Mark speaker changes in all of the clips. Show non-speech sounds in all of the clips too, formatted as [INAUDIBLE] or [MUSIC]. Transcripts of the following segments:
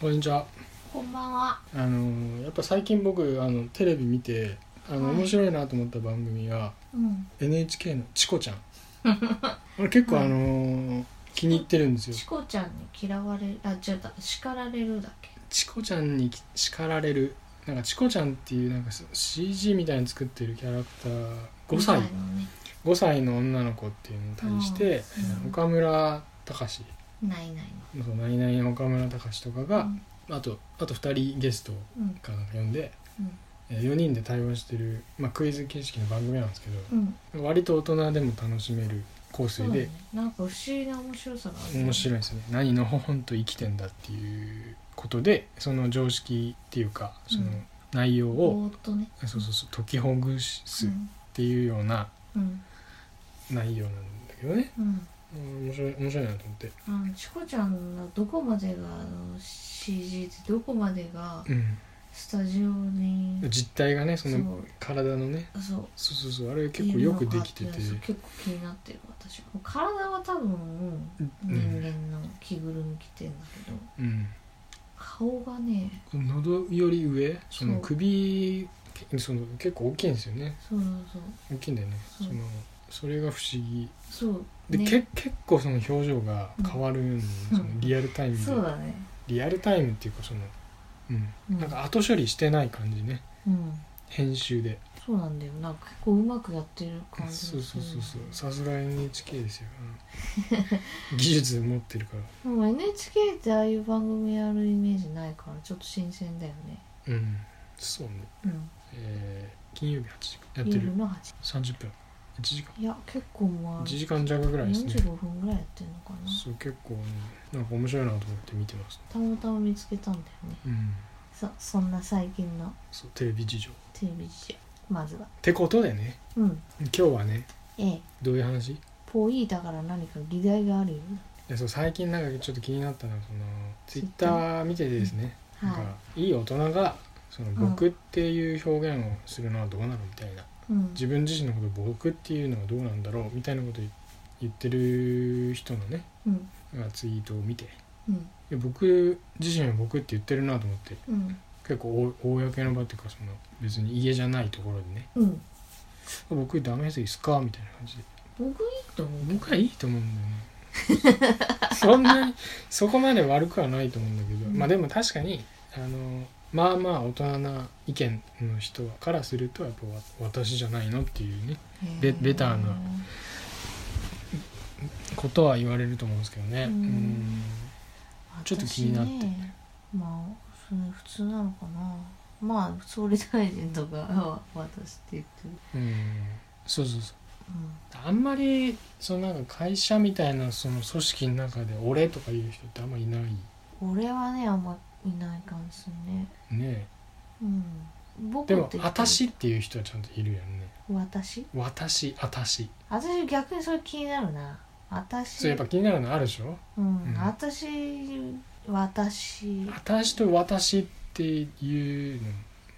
Speaker 1: こんにちは
Speaker 2: こんばんは。
Speaker 1: あのーやっぱ最近僕あのテレビ見てあの、
Speaker 2: はい
Speaker 1: 面白いなと思った番組が
Speaker 2: うん。
Speaker 1: NHK の「チコ
Speaker 2: [LAUGHS]
Speaker 1: ちゃん」俺結構、
Speaker 2: はい
Speaker 1: あのー気に入ってるんですよ
Speaker 2: チコちゃんに嫌われる、あ、違った、叱られるだっけ。
Speaker 1: チコちゃんに叱られるなんかチコちゃんっていうなんかそ CG みたいに作ってるキャラクター5歳
Speaker 2: みたいなね。
Speaker 1: 5歳の女の子っていうのに対して、
Speaker 2: うん
Speaker 1: 岡村隆史
Speaker 2: ないない
Speaker 1: そうナイナイの岡村隆史とか
Speaker 2: の。
Speaker 1: が、あとあと2人ゲスト
Speaker 2: うん。
Speaker 1: かなんか呼んで、
Speaker 2: うん。
Speaker 1: え4人で対話してる、まあ、クイズ形式の番組なんですけど、
Speaker 2: うん。
Speaker 1: 割と大人でも楽しめる香
Speaker 2: そう
Speaker 1: 水
Speaker 2: だ
Speaker 1: で
Speaker 2: ね。なんか不思議な面白さがある、
Speaker 1: 面
Speaker 2: い。
Speaker 1: 白いですね何のほほんと生きてんだっていうことでその常識っていうかその
Speaker 2: うん
Speaker 1: 内容を、
Speaker 2: ぼーっとね。
Speaker 1: そうそうそう解きほぐす
Speaker 2: う
Speaker 1: っ
Speaker 2: ん。
Speaker 1: ていうような
Speaker 2: うん。
Speaker 1: 内容なんだけどね
Speaker 2: うん。
Speaker 1: うん面白い面白いなと思って、
Speaker 2: あの、チコちゃんのどこまでが、あの、C. G. で、どこまでが、
Speaker 1: う
Speaker 2: スタジオに
Speaker 1: ん、。実態がねそ
Speaker 2: そ
Speaker 1: の
Speaker 2: う
Speaker 1: 体のね
Speaker 2: そう。
Speaker 1: そうそうそうあれ結構よくできて
Speaker 2: いるのか
Speaker 1: て
Speaker 2: っていうのは結構気になってる私は体は多分人間の着ぐるみ着てんだけど、
Speaker 1: うん
Speaker 2: 顔がね
Speaker 1: この喉より上その
Speaker 2: そう
Speaker 1: 首けその結構大きいんですよね
Speaker 2: そうそう
Speaker 1: 大きいんだよね
Speaker 2: う
Speaker 1: そ
Speaker 2: ん
Speaker 1: のそれが不思議
Speaker 2: そうそう
Speaker 1: で、
Speaker 2: ね
Speaker 1: け結構その表情が変わるんですよね、
Speaker 2: うん
Speaker 1: リアルタイムで
Speaker 2: そうだね
Speaker 1: リアルタイムっていうかその、うん
Speaker 2: うん
Speaker 1: なんか後処理してない感じね
Speaker 2: うん
Speaker 1: 編集で
Speaker 2: そうなんだよなんか結構うまくやってる感じ
Speaker 1: そうそうそうそう
Speaker 2: う
Speaker 1: さすが NHK ですよ、 [LAUGHS] うん技術持ってるか
Speaker 2: でも NHK ってああいう番組やるイメージないからちょっと新鮮だよね
Speaker 1: らうんそうね
Speaker 2: うん
Speaker 1: えー金曜日8時やってる
Speaker 2: 夜の8
Speaker 1: 30分1時間
Speaker 2: いや結構も
Speaker 1: 1
Speaker 2: う
Speaker 1: 時間弱ぐらいですね
Speaker 2: 45分ぐらいやってるのかな
Speaker 1: そう結構ねなんか面白いなと思って見てます、ね、
Speaker 2: たまたま見つけたんだよね
Speaker 1: うん
Speaker 2: そそんな最近の
Speaker 1: そうテレビ事情っ
Speaker 2: テレビ事情まずは
Speaker 1: てことでね
Speaker 2: うん
Speaker 1: 今日はね
Speaker 2: ええ
Speaker 1: どういう話
Speaker 2: ポイだから何か議題があるよね
Speaker 1: いやそう最近なんかちょっと気になったのはそのツイッター見ててですね、なんか
Speaker 2: はい
Speaker 1: い大人がその
Speaker 2: ん
Speaker 1: 僕っていう表現をするのはどうなのみたいな、
Speaker 2: いうん
Speaker 1: 自分自身のこと僕っていうのはどうなんだろうみたいなこと言ってる人のね
Speaker 2: うん
Speaker 1: まあツイートを見てい
Speaker 2: うん
Speaker 1: や僕自身は僕って言ってるなと思って
Speaker 2: うん
Speaker 1: 結構お公の場っていうかその別に家じゃないところでね
Speaker 2: うん
Speaker 1: 僕ダメですかみたいな感じで
Speaker 2: 僕いいと思う
Speaker 1: 僕はいいと思うんだよね [LAUGHS] そんなにそこまで悪くはないと思うんだけど、
Speaker 2: うん
Speaker 1: まあでも確かにあのまあまあ大人な意見の人からするとやっぱわ私じゃないのっていうねベベターなことは言われると思うんですけどね、
Speaker 2: うん
Speaker 1: うんちょっと気になって
Speaker 2: 私ねまあそれ普通なのかなまあ総理大臣とか [LAUGHS] は私って言ってる
Speaker 1: うんそうそうそうあんまりそのなんか会社みたいなその組織の中で「俺」とか言う人ってあんまいない
Speaker 2: うん俺はねあんまいない感じするね
Speaker 1: ね
Speaker 2: うん僕
Speaker 1: でも
Speaker 2: っ
Speaker 1: 「
Speaker 2: て言ったら
Speaker 1: 私」っていう人はちゃんといるよね
Speaker 2: 私
Speaker 1: 「私」「私」
Speaker 2: 私逆にそれ気になるな私
Speaker 1: そうやっぱ気になるのあるでしょ
Speaker 2: うん、
Speaker 1: うん
Speaker 2: 私私
Speaker 1: 私と私っていう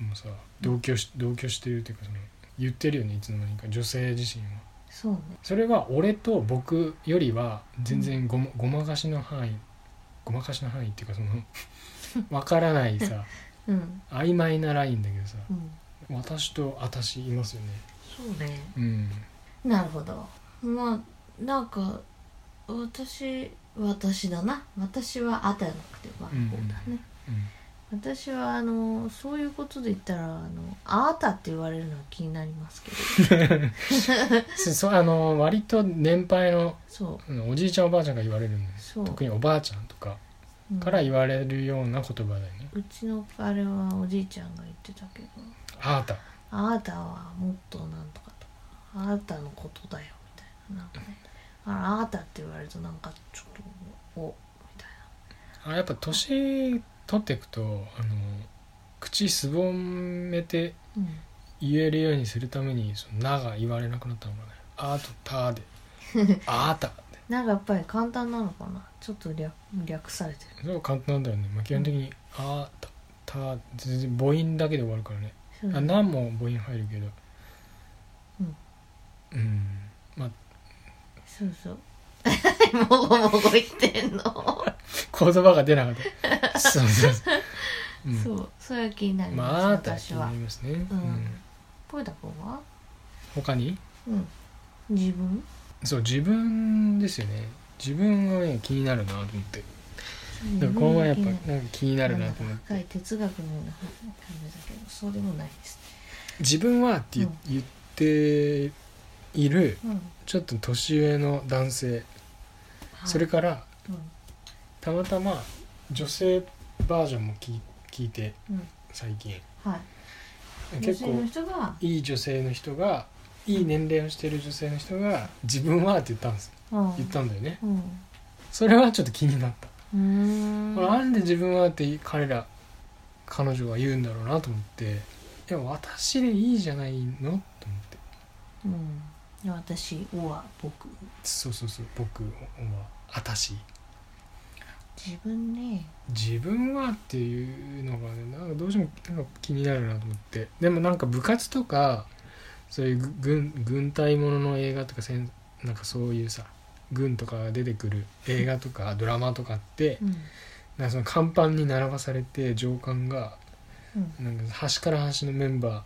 Speaker 1: のもさ同居し同居してるっていうかその言ってるよねいつの間にか女性自身は
Speaker 2: そうね
Speaker 1: それは俺と僕よりは全然ごまごまかしの範囲ごまかしの範囲っていうかそのわからないさ
Speaker 2: うん
Speaker 1: 曖昧なラインだけどさ
Speaker 2: うん
Speaker 1: 私と私いますよね
Speaker 2: そうね
Speaker 1: うん
Speaker 2: なるほどまあなんか私私だな私は「あ」じゃなくて「は」
Speaker 1: うん
Speaker 2: こうだね、私はあのそういうことで言ったらあの「あなた」って言われるのは気になりますけど
Speaker 1: そそあの割と年配の
Speaker 2: そ
Speaker 1: うんおじいちゃんおばあちゃんが言われるんで
Speaker 2: う
Speaker 1: す
Speaker 2: そう
Speaker 1: 特におばあちゃんとか
Speaker 2: うん
Speaker 1: から言われるような言葉だよね
Speaker 2: うちのあれはおじいちゃんが言ってたけど
Speaker 1: あーた
Speaker 2: 「あなたはもっとなんとかとか」「あなたのことだよ」みたいななんかね「ああなた」って言われるとなんかちょっと「お」みたい
Speaker 1: あやっぱ年取っていくとあの口すぼめて
Speaker 2: なうん
Speaker 1: 言えるようにするためにその「な」が言われなくなったのかね「あ」と「た」
Speaker 2: [LAUGHS]
Speaker 1: で「あーた」って
Speaker 2: なんかやっぱり簡単なのかなちょっと略略されてる
Speaker 1: それは簡単だよね、まあ、基本的に「あ」「た」「た」全然母音だけで終わるからね
Speaker 2: そ
Speaker 1: 「あ
Speaker 2: う
Speaker 1: な」も母音入るけど
Speaker 2: うん
Speaker 1: うんまあ [LAUGHS]
Speaker 2: [LAUGHS] そうそうもごもご言ってんの
Speaker 1: 言言葉が出なかっ
Speaker 2: [LAUGHS]
Speaker 1: たそうそうそう、うん
Speaker 2: そうそういう気になります、
Speaker 1: まあ大
Speaker 2: 私
Speaker 1: 変に
Speaker 2: は
Speaker 1: なりますね、
Speaker 2: うん
Speaker 1: うん
Speaker 2: ポイタ君は
Speaker 1: 他に
Speaker 2: うん自分
Speaker 1: そう自分ですよね自分がね気になるなと思ってだからこの前やっぱなんか気になるなと思っ
Speaker 2: 深い
Speaker 1: て
Speaker 2: 哲学のような感じだけどそうでもないです
Speaker 1: 自分はって言,、
Speaker 2: うん
Speaker 1: 言っている
Speaker 2: ね、うん
Speaker 1: ちょっと年上の男性それ
Speaker 2: か、
Speaker 1: から
Speaker 2: うん
Speaker 1: たまたま女性バージョンも聞い聞いて
Speaker 2: うん
Speaker 1: 最近
Speaker 2: はい、女
Speaker 1: 結
Speaker 2: 性の
Speaker 1: 構
Speaker 2: 人が
Speaker 1: いい女性の人がいい年齢をしてる女性の人が「自分は」って言ったんです
Speaker 2: うん
Speaker 1: 言ったんだよね
Speaker 2: うん
Speaker 1: それはちょっと気になった、
Speaker 2: うーん
Speaker 1: なんで自分はって彼ら彼女が言うんだろうなと思ってでも私でいいじゃないのと思って
Speaker 2: うん私おは僕
Speaker 1: そうそうそう僕は私
Speaker 2: 自分ね
Speaker 1: 自分はっていうのがねなんかどうしてもなんか気になるなと思ってでもなんか部活とかそういう軍軍隊ものの映画とかせんなんかそういうさ軍とかが出てくる映画とかドラマとかって
Speaker 2: うん
Speaker 1: なんかその甲板に並ばされて上官が
Speaker 2: うん
Speaker 1: なんか端から端のメンバ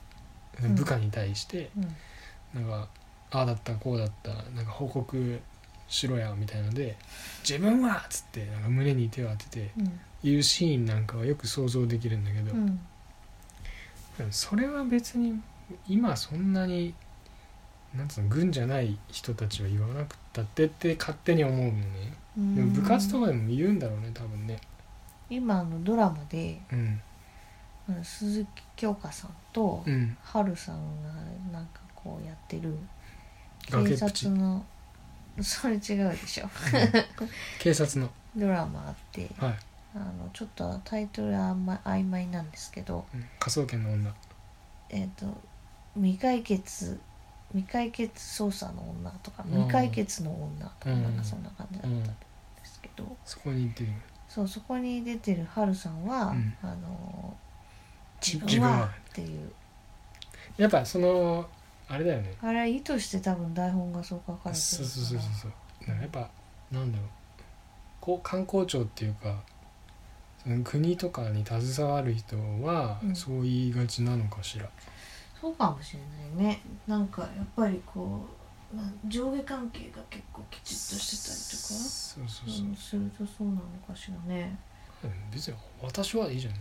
Speaker 1: ー
Speaker 2: うん
Speaker 1: 部下に対して
Speaker 2: うん
Speaker 1: なんかああだったこうだったなんか報告しろやみたいので「自分は!」っつってなんか胸に手を当てて
Speaker 2: うん
Speaker 1: いうシーンなんかはよく想像できるんだけど
Speaker 2: う、ん
Speaker 1: でもそれは別に今そんなになんつうの軍じゃない人たちは言わなくったってって勝手に思うのね
Speaker 2: うん
Speaker 1: でも部活とかでも言うんだろうね多分ね
Speaker 2: 今あのドラマで
Speaker 1: うん
Speaker 2: うん鈴木京香さんと
Speaker 1: うん
Speaker 2: ハルさんがなんかこうやってる
Speaker 1: 崖
Speaker 2: 警
Speaker 1: っぷち
Speaker 2: 察のそれ違うでしょ
Speaker 1: 警察の
Speaker 2: ドラマあって
Speaker 1: はい、
Speaker 2: あのちょっとタイトルはあんま曖昧なんですけど
Speaker 1: うん科捜研の女
Speaker 2: えっ、と未解決未解決捜査の女とか
Speaker 1: うん
Speaker 2: 未解決の女とか
Speaker 1: うん
Speaker 2: なんかそんな感じだった
Speaker 1: うん
Speaker 2: で
Speaker 1: ん
Speaker 2: すけど、
Speaker 1: そこに行ってみる
Speaker 2: そうそこに出てるハルさんは、
Speaker 1: うん
Speaker 2: あの
Speaker 1: 自
Speaker 2: 自
Speaker 1: 分
Speaker 2: 分
Speaker 1: は
Speaker 2: はっていう
Speaker 1: やっぱそのあれだよね
Speaker 2: あれは意図して多分台本がそう書かれてるから
Speaker 1: そうそうそうそうそうなんかやっぱなんだろうこう観光庁っていうかその国とかに携わる人は
Speaker 2: うん
Speaker 1: そう言いがちなのかしら、
Speaker 2: そうかもしれないねなんかやっぱりこうな上下関係が結構きちっとしてたりとか
Speaker 1: そうそうそう
Speaker 2: うん、するとそうなのかしらね
Speaker 1: うん別に私はいいじゃん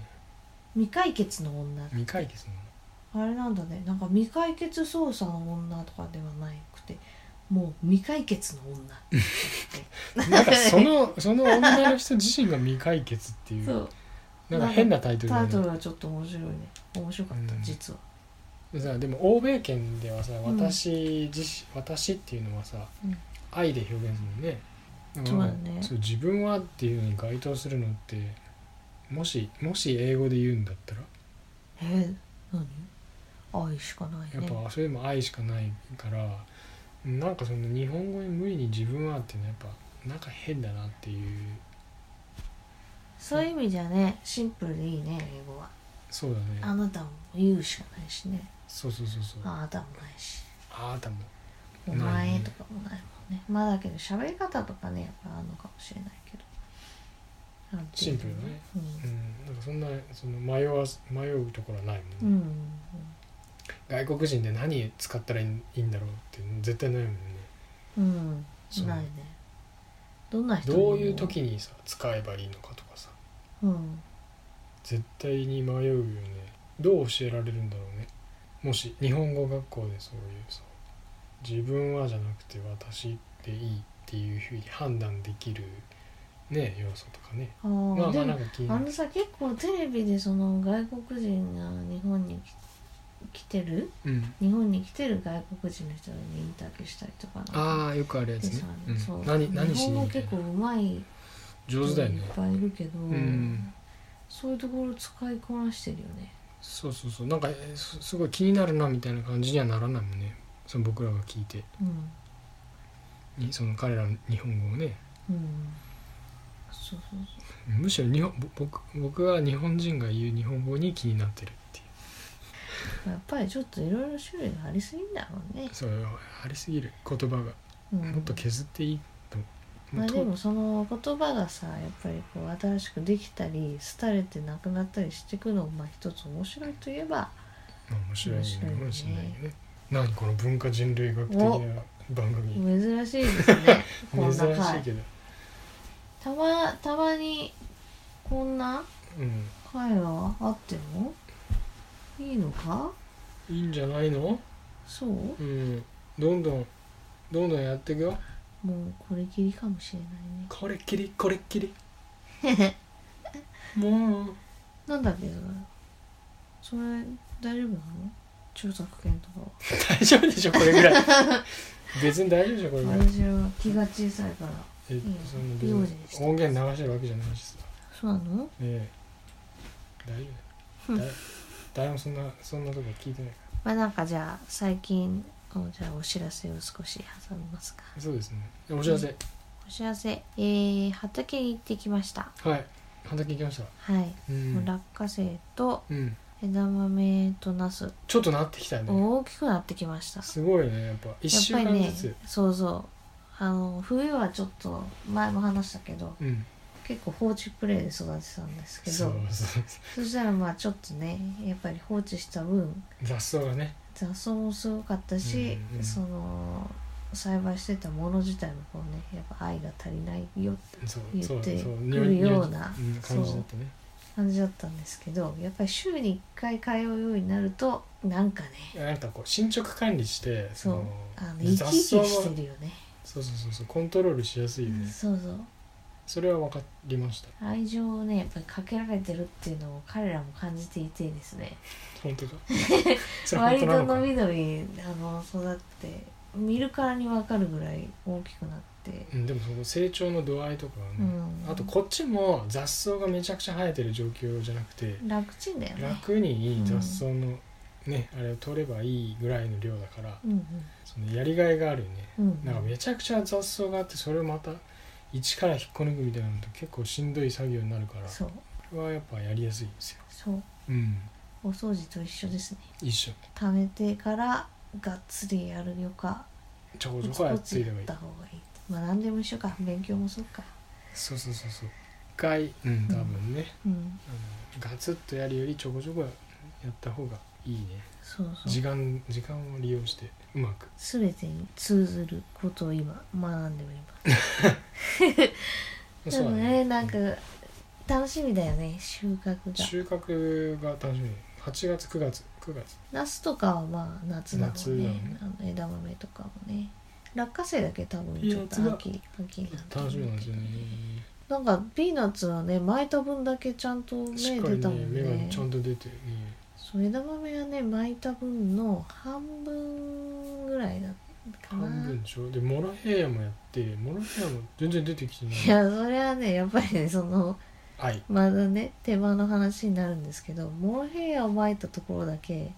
Speaker 2: 未解決の女
Speaker 1: 未解決な
Speaker 2: [LAUGHS]
Speaker 1: の
Speaker 2: あれなんだねなんか未解決捜査の女とかではなくてもう未解決の女って言って
Speaker 1: なんかそのその女の人自身が未解決ってい
Speaker 2: そうう
Speaker 1: なんか変なタイトル
Speaker 2: タイ
Speaker 1: だ
Speaker 2: ト
Speaker 1: ね
Speaker 2: ルはちょっと面白いね面白かった、
Speaker 1: うん
Speaker 2: 実は、
Speaker 1: でさでも欧米圏ではさ
Speaker 2: ん
Speaker 1: 私自身、私っていうのはさ
Speaker 2: うん
Speaker 1: 愛で表現するもんね
Speaker 2: そうだね
Speaker 1: そう自分はっていうのに該当するのってもしもし英語で言うんだったら
Speaker 2: えー、何愛しかない
Speaker 1: や
Speaker 2: ね
Speaker 1: っぱそれでも愛しかないからなんかその日本語に無理に自分はっていうのはやっぱなんか変だなっていう
Speaker 2: そういう意味じゃねシンプルでいいね英語は
Speaker 1: そうだ
Speaker 2: あ
Speaker 1: ね
Speaker 2: なたも言うしかないしね
Speaker 1: そうそうそうそう
Speaker 2: あなたもないし
Speaker 1: ああたも
Speaker 2: お
Speaker 1: ない
Speaker 2: 前
Speaker 1: ね
Speaker 2: とかもないもんねまあだけど喋り方とかねやっぱあるのかもしれないけどなんていう
Speaker 1: シン
Speaker 2: の
Speaker 1: プルだね
Speaker 2: う
Speaker 1: うんなんかそんなその迷わす迷うところはないも
Speaker 2: ん、
Speaker 1: ん、
Speaker 2: うん
Speaker 1: 外国人で何使ったらいいいいんだろうって絶対ないもんね
Speaker 2: うんう、
Speaker 1: そうん
Speaker 2: ないねどんな人にも
Speaker 1: どういう時にさ使えばいいのかとかさ
Speaker 2: うん
Speaker 1: 絶対に迷うよねどう教えられるんだろうねもし日本語学校でそういうさ自分はじゃなくて私でいいっていうふうに判断できるね要素とかね
Speaker 2: あー、
Speaker 1: まあま
Speaker 2: で
Speaker 1: あ
Speaker 2: も
Speaker 1: なんか気に
Speaker 2: あ
Speaker 1: なる
Speaker 2: のさ結構テレビでその外国人が日本に来来てる
Speaker 1: うん
Speaker 2: 日本に来てる外国人の人にインタビューしたりとかなんか
Speaker 1: ああよくあるやつ
Speaker 2: で
Speaker 1: ね
Speaker 2: さ、
Speaker 1: う、
Speaker 2: そうん
Speaker 1: 何何
Speaker 2: 日
Speaker 1: し
Speaker 2: 本
Speaker 1: に
Speaker 2: 語
Speaker 1: みたい
Speaker 2: 結構
Speaker 1: な
Speaker 2: うまい
Speaker 1: 上手だよ
Speaker 2: い
Speaker 1: ね
Speaker 2: っぱいいるけど、
Speaker 1: ん
Speaker 2: そういうところ使いこなしてるよね
Speaker 1: そうそうそうなんかえーすすごい気になるなみたいな感じにはならないもんねその僕らが聞いて
Speaker 2: うん
Speaker 1: にその彼らの日本語をね
Speaker 2: うんそうそうそ
Speaker 1: むしろ日本ぼ僕僕は日本人が言う日本語に気になってるっていう
Speaker 2: うやっぱりちょっといろいろ種類がありすぎんだろうね、
Speaker 1: そうありすぎる言葉が
Speaker 2: うん、
Speaker 1: もっと削っていいと
Speaker 2: まあ、
Speaker 1: と
Speaker 2: でもその言葉がさやっぱりこう新しくできたり廃れてなくなったりしていくのもまあ一つ面白いといえば
Speaker 1: まあ面白い
Speaker 2: 面白いね
Speaker 1: のかもしれないよね何この文化人類学的な番組
Speaker 2: 珍しいですねこ
Speaker 1: [LAUGHS] 珍
Speaker 2: ん
Speaker 1: し
Speaker 2: ない回
Speaker 1: けど、
Speaker 2: たまたまにこんな
Speaker 1: うん
Speaker 2: 回はあってもいいのか
Speaker 1: いいんじゃないの
Speaker 2: そう
Speaker 1: うんどんどんどんどんやっていくよ
Speaker 2: もうこれきりかもしれないね
Speaker 1: これっきりこれっ
Speaker 2: [LAUGHS]
Speaker 1: きりもう [LAUGHS]
Speaker 2: なんだっけそれそれ大丈夫なの著作権とかは
Speaker 1: 大丈夫でしょこれぐ
Speaker 2: [LAUGHS]
Speaker 1: らい別に大丈夫でしょこれぐらい
Speaker 2: 私は気が小さいから
Speaker 1: え
Speaker 2: ん
Speaker 1: そんな
Speaker 2: 用心して
Speaker 1: 別に音源流してるわけじゃないしさ
Speaker 2: そうなの
Speaker 1: ええ大丈夫だよだ誰もそんなそんなとこ聞いてないか
Speaker 2: まあなんかじゃあ最近のじゃあお知らせを少し挟みますか
Speaker 1: らそうですねお知らせ、
Speaker 2: お知らせえー、畑に行ってきました
Speaker 1: はい畑行きました
Speaker 2: はい、
Speaker 1: うん
Speaker 2: もう落花生と
Speaker 1: うん
Speaker 2: 枝豆とナス
Speaker 1: ちょっとなってきたね
Speaker 2: 大きくなってきました
Speaker 1: すごいねやっぱ1週
Speaker 2: やっぱ
Speaker 1: 間
Speaker 2: り
Speaker 1: ず
Speaker 2: ね
Speaker 1: つ、
Speaker 2: そうそうあの冬はちょっと前も話したけど
Speaker 1: うん
Speaker 2: 結構放置プレイで育てたんですけど
Speaker 1: そう
Speaker 2: そ
Speaker 1: そう
Speaker 2: したらまあちょっとねやっぱり放置した分
Speaker 1: 雑草がね
Speaker 2: 雑草もすごかったし、
Speaker 1: うんうん
Speaker 2: その栽培してたもの自体もこうねやっぱ愛が足りないよって
Speaker 1: そう
Speaker 2: 言って
Speaker 1: そうそう
Speaker 2: くるような
Speaker 1: 匂いん感じだったね
Speaker 2: 感じだったんですけどやっぱり週に1回通うようになるとなんかね
Speaker 1: なんかこう進捗管理して
Speaker 2: そう
Speaker 1: の
Speaker 2: あの生
Speaker 1: 雑
Speaker 2: き
Speaker 1: 草
Speaker 2: 生
Speaker 1: も
Speaker 2: きしてるよね
Speaker 1: そうそうそうそうコントロールしやすいよね、
Speaker 2: そうそう
Speaker 1: それは分かりました
Speaker 2: 愛情をねやっぱりかけられてるっていうのを彼らも感じていてですね
Speaker 1: 本
Speaker 2: [LAUGHS]
Speaker 1: 当かそれ本
Speaker 2: 割
Speaker 1: 当
Speaker 2: と
Speaker 1: なのか
Speaker 2: のびのびあの育って見るからに分かるぐらい大きくなって、
Speaker 1: うん、でもその成長の度合いとかはね、
Speaker 2: うん、
Speaker 1: あとこっちも雑草がめちゃくちゃ生えてる状況じゃなくて
Speaker 2: 楽ちんだよね
Speaker 1: 楽に雑草のね、あれを取ればいいぐらいの量だから
Speaker 2: うん
Speaker 1: そのやりがいがあるよね
Speaker 2: うんうん
Speaker 1: なんかめちゃくちゃ雑草があってそれをまた一から引っこ抜くみたいなのと結構しんどい作業になるからそ
Speaker 2: そう
Speaker 1: れはやっぱやりやすいんですよ
Speaker 2: そう
Speaker 1: うん
Speaker 2: お掃除と一緒ですね
Speaker 1: 一緒
Speaker 2: 貯めてからがっつりやるよか
Speaker 1: ちょこ
Speaker 2: コ
Speaker 1: ちょ
Speaker 2: ツ
Speaker 1: こや
Speaker 2: コ
Speaker 1: っつ
Speaker 2: ツ
Speaker 1: い
Speaker 2: や
Speaker 1: れ
Speaker 2: っ
Speaker 1: ばいい
Speaker 2: た方がいいまあ何でも一緒か勉強もそうか
Speaker 1: そうそうそうそう一回うん多分ね、
Speaker 2: うん
Speaker 1: あのガツッとやるよりちょこちょこやった方がいいね
Speaker 2: そうそ
Speaker 1: 時
Speaker 2: う
Speaker 1: 間時間を利用してうまく
Speaker 2: 全てに通ずることを今学んでおりますでもねなんか楽しみだよね収穫が
Speaker 1: 収穫が楽しみ8月9月9月
Speaker 2: ナスとかはまあ夏だもんね
Speaker 1: 夏
Speaker 2: あの枝豆とかもね落花生だけ多分ちょっと秋秋になって
Speaker 1: 楽しみなんですよね
Speaker 2: なんかピーナッツはね巻いた分だけちゃんと
Speaker 1: し
Speaker 2: 芽
Speaker 1: っかり
Speaker 2: 出たも
Speaker 1: ね
Speaker 2: ん
Speaker 1: 芽が
Speaker 2: ね
Speaker 1: ちゃんと出てね
Speaker 2: そう枝豆はね巻いた分の半分ぐらいだったかな
Speaker 1: 半分でしょでモロヘイヤもやってモロヘイヤも全然出てきて
Speaker 2: い
Speaker 1: ない
Speaker 2: やそれはねやっぱりねその
Speaker 1: はい
Speaker 2: まだね手間の話になるんですけどモロヘイヤを巻いたところだけ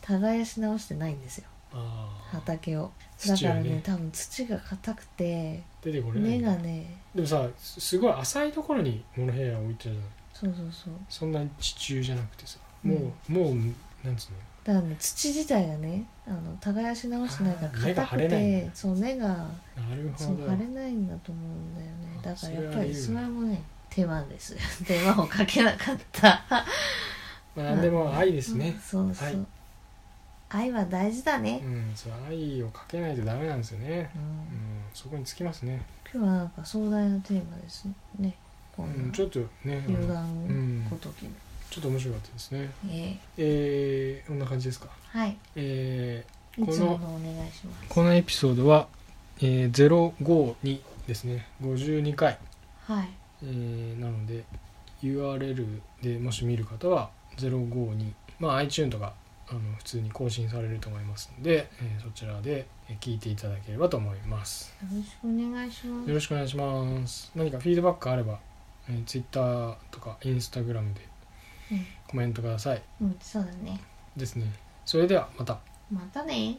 Speaker 2: 耕し直してないんですよ
Speaker 1: ああ
Speaker 2: 畑をだ
Speaker 1: 土
Speaker 2: か
Speaker 1: が
Speaker 2: らね
Speaker 1: ね
Speaker 2: 多分土が硬くて
Speaker 1: 出てこれない
Speaker 2: 根がね
Speaker 1: でもさすすごい浅いところにモロヘイヤを置いてるじゃん
Speaker 2: そうそうそう
Speaker 1: そんな地中じゃなくてさもう、もうなんつうの
Speaker 2: だからね土自体がねあの耕し直してないから
Speaker 1: あー根が張
Speaker 2: 硬く
Speaker 1: れないん
Speaker 2: てそう根が
Speaker 1: なる
Speaker 2: そ
Speaker 1: ほ
Speaker 2: う
Speaker 1: ど
Speaker 2: あれないんだと思うんだよね
Speaker 1: あ
Speaker 2: だから
Speaker 1: それ
Speaker 2: や
Speaker 1: は
Speaker 2: っぱ
Speaker 1: いい
Speaker 2: り
Speaker 1: よね
Speaker 2: それもね手間です [LAUGHS] 手間をかけなかった
Speaker 1: まあ、なんでも愛ですね、
Speaker 2: そうそう、
Speaker 1: はい
Speaker 2: 愛は大事だ
Speaker 1: う
Speaker 2: ね、
Speaker 1: んそう愛をかけないとダメなんですよね、
Speaker 2: うん
Speaker 1: うん、そこにつきますね、
Speaker 2: 今日はなんか壮大なテーマですねこ
Speaker 1: うんん、
Speaker 2: な
Speaker 1: ちょっとね、
Speaker 2: 油
Speaker 1: う
Speaker 2: 断
Speaker 1: ん
Speaker 2: ご、ときの、
Speaker 1: ちょっと面白かったですね
Speaker 2: え
Speaker 1: えー、こんな感じですか
Speaker 2: えはい
Speaker 1: え
Speaker 2: い
Speaker 1: この
Speaker 2: つものお願いします
Speaker 1: ー、このエピソードは、えー、052ですね52回、
Speaker 2: はい
Speaker 1: えー、なので URL でもし見る方は052まあ iTune とかあの普通に更新されると思いますので、えーそちらでえー聞いていただければと思います
Speaker 2: よろしくお願いします
Speaker 1: よろしくお願いします。何かフィードバックあれば、えー、Twitter とか Instagram で
Speaker 2: うん
Speaker 1: コメントください。
Speaker 2: うんそうだね
Speaker 1: ですね。それではまた。
Speaker 2: またね